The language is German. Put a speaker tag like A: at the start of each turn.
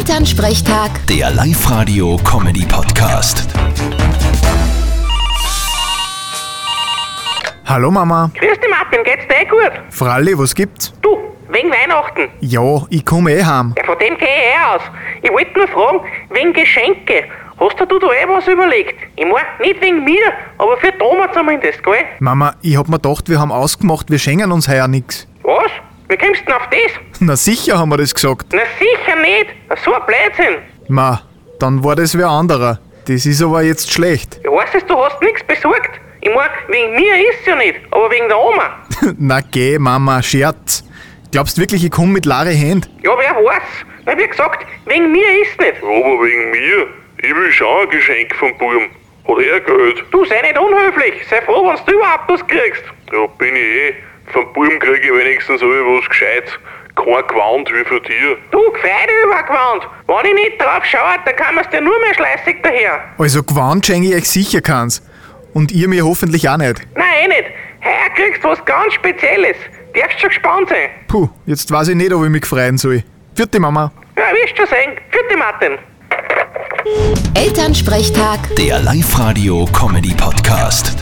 A: Elternsprechtag,
B: Der Live-Radio-Comedy-Podcast.
C: Hallo Mama.
D: Grüß dich, Martin, geht's dir eh gut?
C: Fralli, was gibt's?
D: Du, wegen Weihnachten.
C: Ja, ich komme eh heim.
D: Ja, von dem gehe ich eh aus. Ich wollte nur fragen, wegen Geschenke. Hast du dir da eh was überlegt? Ich mein, nicht wegen mir, aber für Thomas zumindest, gell?
C: Mama, ich hab mir gedacht, wir haben ausgemacht, wir schenken uns heuer nix.
D: Was? Wie kommst du denn auf das?
C: Na sicher haben wir das gesagt.
D: Na sicher nicht. So ein Blödsinn.
C: Ma, dann war das wer anderer. Das ist aber jetzt schlecht.
D: Ich weiß es, du hast nichts besorgt. Ich mein, wegen mir ist's ja nicht, aber wegen der Oma.
C: Na geh, Mama, Scherz. Glaubst wirklich, ich komm mit leere Händ?
D: Ja, wer weiß. Na, wie gesagt, wegen mir ist's nicht.
E: Aber wegen mir? Ich will schon ein Geschenk vom Burm. Hat er Geld?
D: Du sei nicht unhöflich. Sei froh, wenn du überhaupt was kriegst.
E: Ja, bin ich eh. Vom Burm kriege ich wenigstens irgendwas Gescheites. Kein Gewand wie von dir.
D: Du, Gefreide übergewandt. Wenn ich nicht drauf schaue, dann kann man's dir nur mehr schleißig daher.
C: Also gewandt schenke ich euch sicher keins. Und ihr mir hoffentlich auch nicht.
D: Nein, eh nicht. Heuer kriegst du was ganz Spezielles. Darfst schon gespannt sein.
C: Puh, jetzt weiß ich nicht, ob ich mich freuen soll. Vierte Mama.
D: Ja, wirst schon sehen. Vierte Martin.
A: Elternsprechtag.
B: Der Live-Radio-Comedy-Podcast.